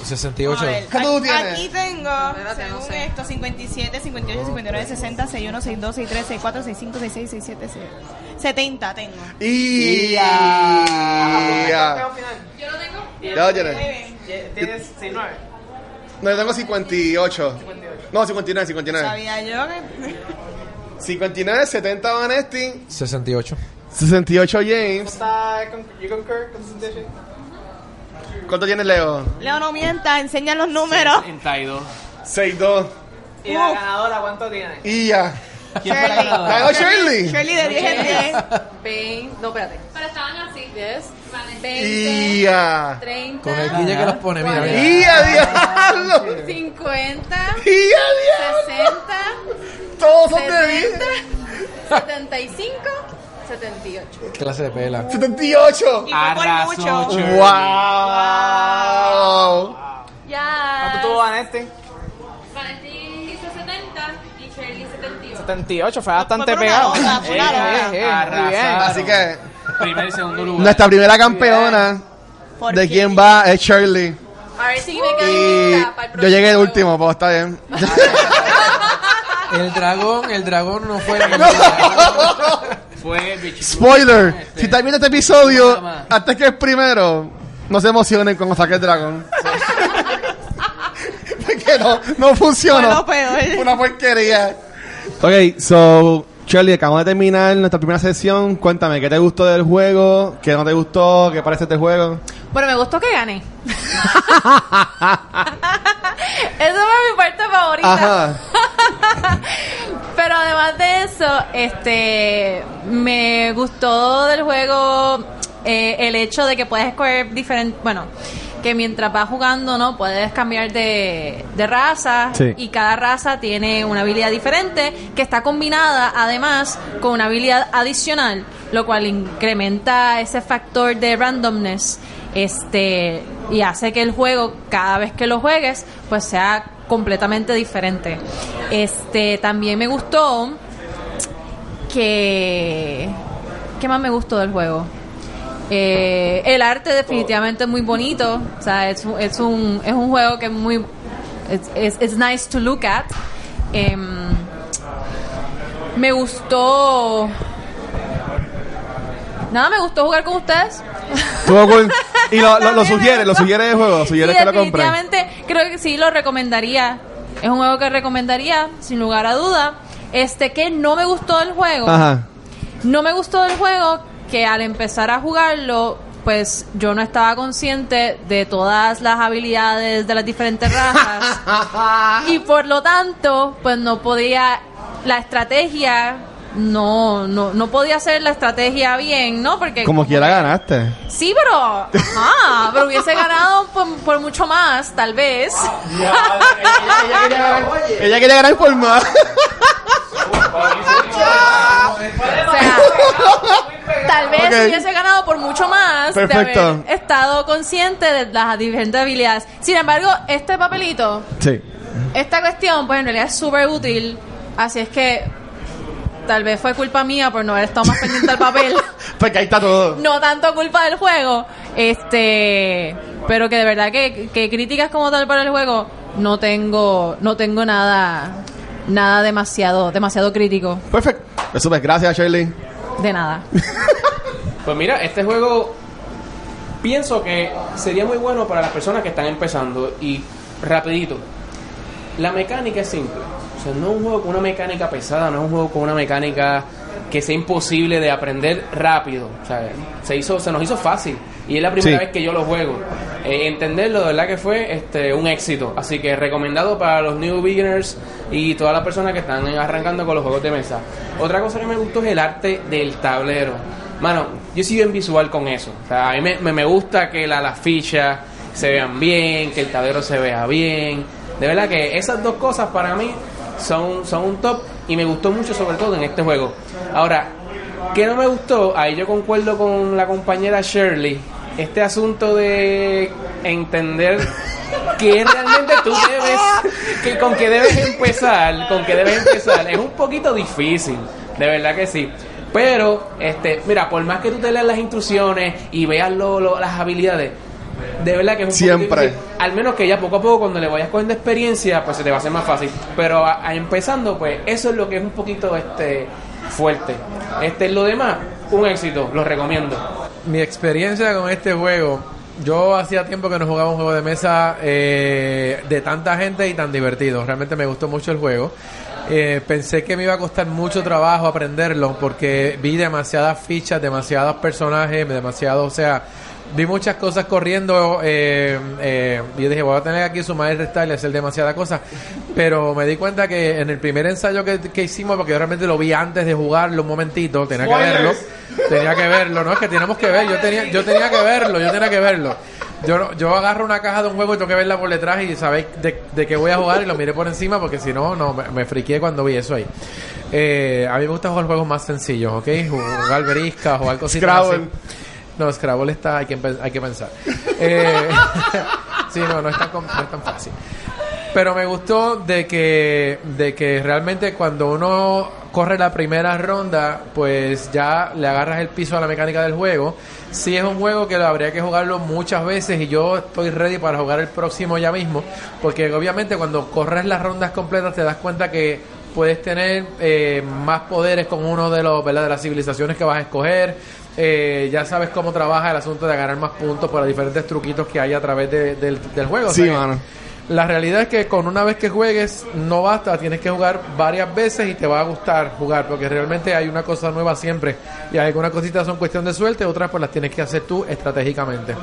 [SPEAKER 4] 68.
[SPEAKER 2] A ver,
[SPEAKER 1] ¿Qué tú
[SPEAKER 2] aquí-
[SPEAKER 1] tienes?
[SPEAKER 2] Aquí tengo,
[SPEAKER 6] espérate, no
[SPEAKER 2] según
[SPEAKER 6] sé.
[SPEAKER 2] esto, 57, 58, 59, 60, 61, 62, 63, 64, 65, 66, 67, 68. 70 tengo.
[SPEAKER 1] Y
[SPEAKER 6] Yo lo tengo.
[SPEAKER 1] Ya lo tienes.
[SPEAKER 5] Tienes 69.
[SPEAKER 1] No, yo tengo 58. No, 59, 59.
[SPEAKER 2] Sabía yo que... <laughs>
[SPEAKER 1] 59, 70 Vanesti.
[SPEAKER 4] 68.
[SPEAKER 1] 68 James.
[SPEAKER 5] ¿Está con- you concur con this decision?
[SPEAKER 1] ¿Cuánto tienes, Leo?
[SPEAKER 2] Leo, no mienta, enseña los números.
[SPEAKER 3] 32.
[SPEAKER 1] 6-2.
[SPEAKER 5] ¿Y la ganadora cuánto tiene?
[SPEAKER 1] Y ya.
[SPEAKER 3] ¿Quién fue la
[SPEAKER 2] Shirley.
[SPEAKER 3] ganadora?
[SPEAKER 1] ¿Ganó Shirley?
[SPEAKER 2] Shirley de 10 en 10.
[SPEAKER 6] 20. No, espérate. Pero estaban así. Yes. 20.
[SPEAKER 1] Y ya.
[SPEAKER 6] 30.
[SPEAKER 4] Con el guille que los pone, mira, mira.
[SPEAKER 1] Y ya, diablo. <laughs>
[SPEAKER 6] 50.
[SPEAKER 1] Y ya, diablo.
[SPEAKER 6] 60.
[SPEAKER 1] Todos son de 10.
[SPEAKER 6] 70. 75. 78.
[SPEAKER 4] Clase de pela.
[SPEAKER 1] 78.
[SPEAKER 2] Y fue por
[SPEAKER 3] Arrasó,
[SPEAKER 2] mucho.
[SPEAKER 3] Shirley.
[SPEAKER 1] Wow.
[SPEAKER 6] Ya.
[SPEAKER 5] ¿Cuánto Ah, tuvo Vanesti?
[SPEAKER 6] Valentín hizo 70 y Shirley 78.
[SPEAKER 5] 78, fue bastante
[SPEAKER 2] por una
[SPEAKER 5] pegado.
[SPEAKER 2] hora, fue una hora.
[SPEAKER 5] Eh, eh, eh, muy bien.
[SPEAKER 3] Arrasaron.
[SPEAKER 1] Así que
[SPEAKER 3] Primer y segundo lugar.
[SPEAKER 1] nuestra primera campeona
[SPEAKER 2] ¿Por
[SPEAKER 1] de
[SPEAKER 2] qué?
[SPEAKER 1] quién va es Shirley.
[SPEAKER 6] A ver si me
[SPEAKER 1] Y
[SPEAKER 6] quedo para el
[SPEAKER 1] yo
[SPEAKER 6] próximo
[SPEAKER 1] llegué de
[SPEAKER 6] juego.
[SPEAKER 1] último, pues está bien.
[SPEAKER 4] El dragón, el dragón no fue la campeona.
[SPEAKER 3] Fue bicho.
[SPEAKER 1] Spoiler,
[SPEAKER 3] Este,
[SPEAKER 1] si estás viendo este episodio,
[SPEAKER 3] Programa.
[SPEAKER 1] hasta que es primero, no se emocionen cuando saque el
[SPEAKER 2] <laughs>
[SPEAKER 1] dragón. <laughs> Porque no, no
[SPEAKER 2] Fue
[SPEAKER 1] funciona.
[SPEAKER 2] lo peor.
[SPEAKER 1] Una porquería. Ok, so, Shirley, acabamos de terminar nuestra primera sesión. Cuéntame, ¿qué te gustó del juego? ¿Qué no te gustó? ¿Qué parece este juego?
[SPEAKER 6] Bueno, me gustó que gané. <laughs> Eso fue mi parte favorita.
[SPEAKER 1] Ajá.
[SPEAKER 6] Pero además de eso, este me gustó del juego eh, el hecho de que puedes escoger diferentes, bueno, que mientras vas jugando, ¿no? Puedes cambiar de, de raza
[SPEAKER 1] Sí.
[SPEAKER 6] y cada raza tiene una habilidad diferente que está combinada además con una habilidad adicional, lo cual incrementa ese factor de randomness este y hace que el juego cada vez que lo juegues pues sea completamente diferente. Este también me gustó que ¿Qué más me gustó del juego? Eh, el arte definitivamente es muy bonito. O sea, es, un- es un, es un juego que es muy... Es es- it's nice to look at. Em, me gustó... Nada, me gustó jugar con ustedes.
[SPEAKER 1] Estuvo cool. Y lo, lo, lo
[SPEAKER 6] También
[SPEAKER 1] sugiere,
[SPEAKER 6] eso.
[SPEAKER 1] lo sugiere el juego, sugiere
[SPEAKER 6] ¿eh? Sí,
[SPEAKER 1] que lo compren.
[SPEAKER 6] Definitivamente, creo que sí lo recomendaría. Es un juego que recomendaría, sin lugar a duda. Este que no me gustó del juego.
[SPEAKER 1] Ajá.
[SPEAKER 6] No me gustó del juego que al empezar a jugarlo, pues yo no estaba consciente de todas las habilidades de las diferentes razas.
[SPEAKER 1] <laughs>
[SPEAKER 6] y por lo tanto, pues no podía la estrategia no no no podía hacer la estrategia bien, ¿no? Porque
[SPEAKER 1] Como quiera ganaste.
[SPEAKER 6] Sí, pero ajá, pero hubiese ganado por, por mucho más, tal vez.
[SPEAKER 1] Ella quería ganar por más.
[SPEAKER 6] O sea, tal vez
[SPEAKER 1] Ok.
[SPEAKER 6] hubiese ganado por mucho más
[SPEAKER 1] Perfecto.
[SPEAKER 6] de haber estado consciente de las diferentes habilidades. Sin embargo, este papelito,
[SPEAKER 1] Sí.
[SPEAKER 6] esta cuestión, pues en realidad es súper útil. Así es que tal vez fue culpa mía por no haber estado más pendiente
[SPEAKER 1] <laughs>
[SPEAKER 6] al papel.
[SPEAKER 1] Porque ahí está todo.
[SPEAKER 6] No tanto culpa del juego. Este, pero que de verdad que, que críticas como tal para el juego no tengo no tengo nada nada demasiado demasiado crítico
[SPEAKER 1] Perfecto. Eso pues, gracias, Shirley.
[SPEAKER 6] de nada.
[SPEAKER 3] Pues mira, este juego pienso que sería muy bueno para las personas que están empezando y rapidito. La mecánica es simple. O sea, no es un juego con una mecánica pesada, no es un juego con una mecánica que sea imposible de aprender rápido. O sea, se, hizo, se nos hizo fácil y es la primera
[SPEAKER 1] Sí.
[SPEAKER 3] vez que yo lo juego. Eh, entenderlo, de verdad que fue este, un éxito. Así que recomendado para los new beginners y todas las personas que están arrancando con los juegos de mesa. Otra cosa que me gustó es el arte del tablero. Mano, yo soy bien visual con eso. O sea, a mí me, me- me gusta que la- las fichas se vean bien, que el tablero se vea bien. De verdad que esas dos cosas para mí son, son un top y me gustó mucho sobre todo en este juego. Ahora, que no me gustó, ahí yo concuerdo con la compañera Shirley, este asunto de entender que realmente tú debes, que con que debes empezar, con que debes empezar, es un poquito difícil, de verdad que sí. Pero, este, mira, por más que tú te leas las instrucciones y veas lo- lo- las habilidades, de verdad que es un poquito
[SPEAKER 1] Siempre.
[SPEAKER 3] difícil. Al menos que ya poco a poco, cuando le vayas cogiendo experiencia, pues se te va a hacer más fácil. Pero a- a empezando, pues eso es lo que es un poquito este fuerte. Este, lo demás, un éxito, lo recomiendo.
[SPEAKER 4] Mi experiencia con este juego, yo hacía tiempo que no jugaba un juego de mesa eh, de tanta gente y tan divertido. Realmente me gustó mucho el juego. Eh, pensé que me iba a costar mucho trabajo aprenderlo porque vi demasiadas fichas, demasiados personajes, demasiado, o sea, vi muchas cosas corriendo. eh, eh, y yo dije, voy a tener aquí sumar y restar y hacer demasiadas cosas. Pero me di cuenta que en el primer ensayo que, que hicimos, porque yo realmente lo vi antes de jugarlo un momentito, tenía que verlo. Pues, Tenía que verlo, no es que teníamos que ver, yo tenía, yo tenía que verlo, yo tenía que verlo. Yo no- yo agarro una caja de un juego y tengo que verla por detrás y sabéis de, de qué voy a jugar y lo miré por encima porque si no, no, me, me friqué cuando vi eso ahí. Eh, a mí me gusta jugar juegos más sencillos, ¿ok? Jugar berisca, jugar cositas
[SPEAKER 1] Scrabble.
[SPEAKER 4] así. No, Scrabble está, hay que, empe- hay que pensar. Eh, <laughs> sí, no, no es tan, com- no es tan fácil. Pero me gustó de que, de que realmente cuando uno corre la primera ronda, pues ya le agarras el piso a la mecánica del juego. Sí es un juego que lo habría que jugarlo muchas veces y yo estoy ready para jugar el próximo ya mismo, porque obviamente cuando corres las rondas completas te das cuenta que puedes tener eh, más poderes con uno de los ¿verdad? de las civilizaciones que vas a escoger. Eh, ya sabes cómo trabaja el asunto de ganar más puntos para diferentes truquitos que hay a través de- del, del juego. O
[SPEAKER 1] Sí,
[SPEAKER 4] sea que-
[SPEAKER 1] mano.
[SPEAKER 4] la realidad es que con una vez que juegues no basta, tienes que jugar varias veces y te va a gustar jugar porque realmente hay una cosa nueva siempre y algunas cositas son cuestión de suerte, otras pues las tienes que hacer tú estratégicamente.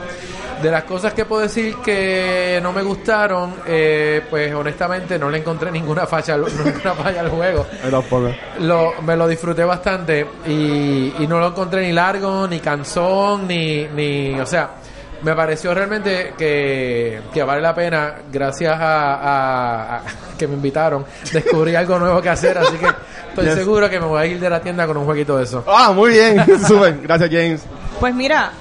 [SPEAKER 4] De las cosas que puedo decir que no me gustaron, eh, pues honestamente no le encontré ninguna falla, al- <laughs> ninguna falla al juego
[SPEAKER 1] Yo tampoco.
[SPEAKER 4] lo, me lo disfruté bastante y, y no lo encontré ni largo, ni cansón, ni, ni o sea, me pareció realmente que, que vale la pena, gracias a, a- a- que me invitaron, descubrí algo nuevo que hacer, así que estoy
[SPEAKER 1] Yes.
[SPEAKER 4] seguro que me voy a ir de la tienda con un jueguito de eso.
[SPEAKER 1] Ah, muy bien. <laughs> Súper. Gracias, James.
[SPEAKER 2] Pues mira,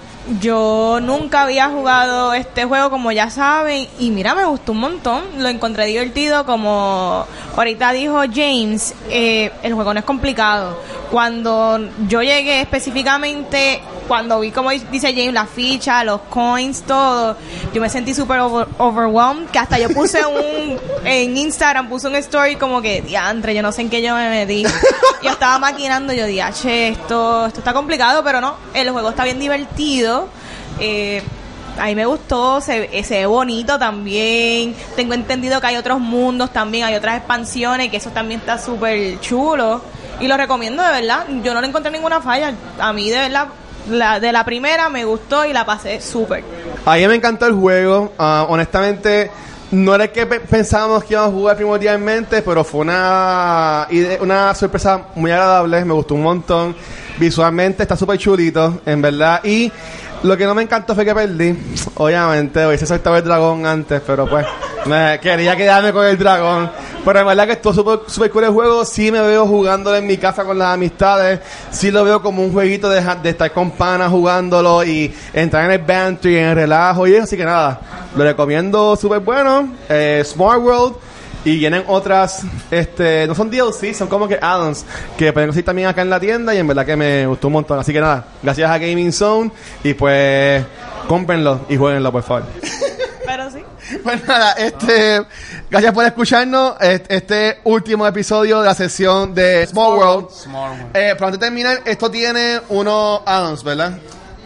[SPEAKER 2] yo nunca había jugado este juego, como ya saben, y mira, me gustó un montón. Lo encontré divertido, como ahorita dijo James, eh, el juego no es complicado. Cuando yo llegué específicamente, cuando vi, como dice James, la ficha, los coins, todo, yo me sentí súper over- overwhelmed, que hasta yo puse un, en Instagram puse un story como que, diantre, yo no sé en qué yo me metí. Yo estaba maquinando, yo dije, che, esto, esto está complicado, pero no, el juego está bien divertido. Eh, a mí me gustó, se, eh, se ve bonito también. Tengo entendido que hay otros mundos también, hay otras expansiones, que eso también está súper chulo. Y lo recomiendo de verdad. Yo no le encontré ninguna falla. A mí de verdad, la, de la primera me gustó y la pasé súper.
[SPEAKER 1] A mí me encantó el juego. Ah, honestamente, no era el que pe- pensábamos que íbamos a jugar primordialmente, pero fue una, ide- una sorpresa muy agradable. Me gustó un montón. Visualmente está súper chulito, en verdad. Y lo que no me encantó fue que perdí. Obviamente, hubiese saltado el dragón antes, pero pues me quería quedarme con el dragón. Pero en verdad que estuvo súper super cool el juego. Sí me veo jugándolo en mi casa con las amistades. Sí lo veo como un jueguito de, ja- de estar con panas jugándolo y entrar en el banter y en el relajo y eso. Así que nada, lo recomiendo súper bueno. Eh, Smart World. Y vienen otras, este, no son DLC, son como que add-ons que pueden conseguir también acá en la tienda y en verdad que me gustó un montón. Así que nada, gracias a Gaming Zone y pues cómprenlo y jueguenlo por favor.
[SPEAKER 2] Pero sí.
[SPEAKER 1] Pues nada, este, gracias por escucharnos. Est- Este, último episodio de la sesión de Small World.
[SPEAKER 3] Small World.
[SPEAKER 1] Eh, pero antes de terminar, esto tiene unos add-ons, ¿verdad?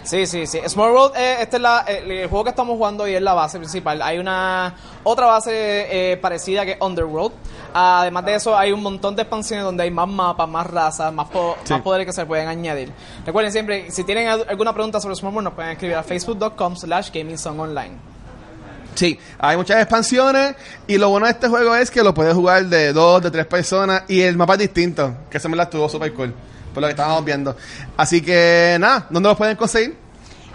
[SPEAKER 5] Sí, sí, sí. Small World, eh, este es la- el, el juego que estamos jugando y es la base principal. Hay una otra base eh, parecida que es Underworld. Además de eso, hay un montón de expansiones donde hay más mapas, más razas, más, po-
[SPEAKER 1] Sí.
[SPEAKER 5] más poderes que se pueden añadir. Recuerden siempre, si tienen al- alguna pregunta sobre Small World, nos pueden escribir a facebook.com slash online.
[SPEAKER 1] Sí, hay muchas expansiones y lo bueno de este juego es que lo puedes jugar de dos, de tres personas y el mapa es distinto, que se me la estuvo super cool, por lo que estábamos viendo. Así que nada, ¿dónde los pueden conseguir?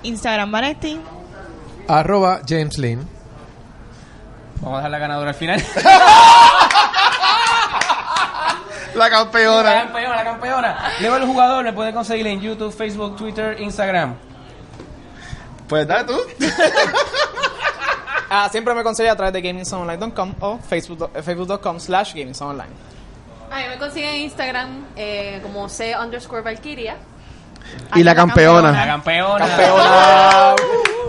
[SPEAKER 2] Instagram Vanetti.
[SPEAKER 4] Arroba James Lynn.
[SPEAKER 3] Vamos a dejar la ganadora al <laughs> final.
[SPEAKER 1] La
[SPEAKER 3] la
[SPEAKER 1] campeona.
[SPEAKER 3] campeona, la campeona. Leo el jugador, le puede conseguir en YouTube, Facebook, Twitter, Instagram.
[SPEAKER 1] Pues dale tú.
[SPEAKER 5] Ah, siempre me conseguí a través de gamingsoneonline.com o facebook- eh, facebook.com slash gamingsoneonline.
[SPEAKER 6] A mí Ah, me consiguen en Instagram eh, como C underscore Valkyria.
[SPEAKER 1] Y la
[SPEAKER 3] La
[SPEAKER 1] campeona.
[SPEAKER 3] campeona.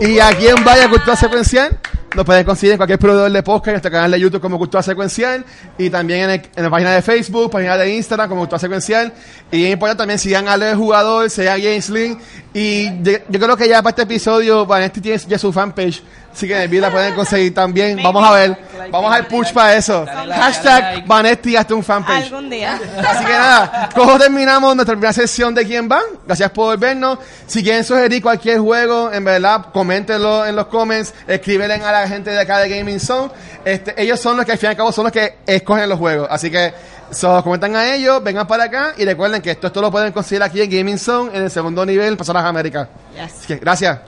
[SPEAKER 1] Y aquí en Vaya Cultura Secuencial nos pueden conseguir en cualquier proveedor de podcast, en nuestro canal de YouTube como Cultura Secuencial y también en, el- en la página de Facebook, página de Instagram como Cultura Secuencial. Y es importante también sigan a Leo el Jugador, sigan a James Lynn. Y yo, yo creo que ya para este episodio, Vanetti tiene ya su fanpage, así que en el video la pueden conseguir también. Vamos a ver, vamos al push para eso. Hashtag Vanetti hasta un fanpage.
[SPEAKER 2] Algún día.
[SPEAKER 1] Así que nada, como terminamos nuestra primera sesión de Quién va. Gracias por vernos. Si quieren sugerir cualquier juego, en verdad, coméntenlo en los comments, escríbenle a la gente de acá de Gaming Zone. Este, ellos son los que al fin y al cabo son los que escogen los juegos. Así que se los comentan a ellos, vengan para acá y recuerden que esto, esto lo pueden conseguir aquí en Gaming Zone en el segundo nivel, pasar a las Américas. Así que gracias.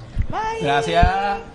[SPEAKER 3] Gracias.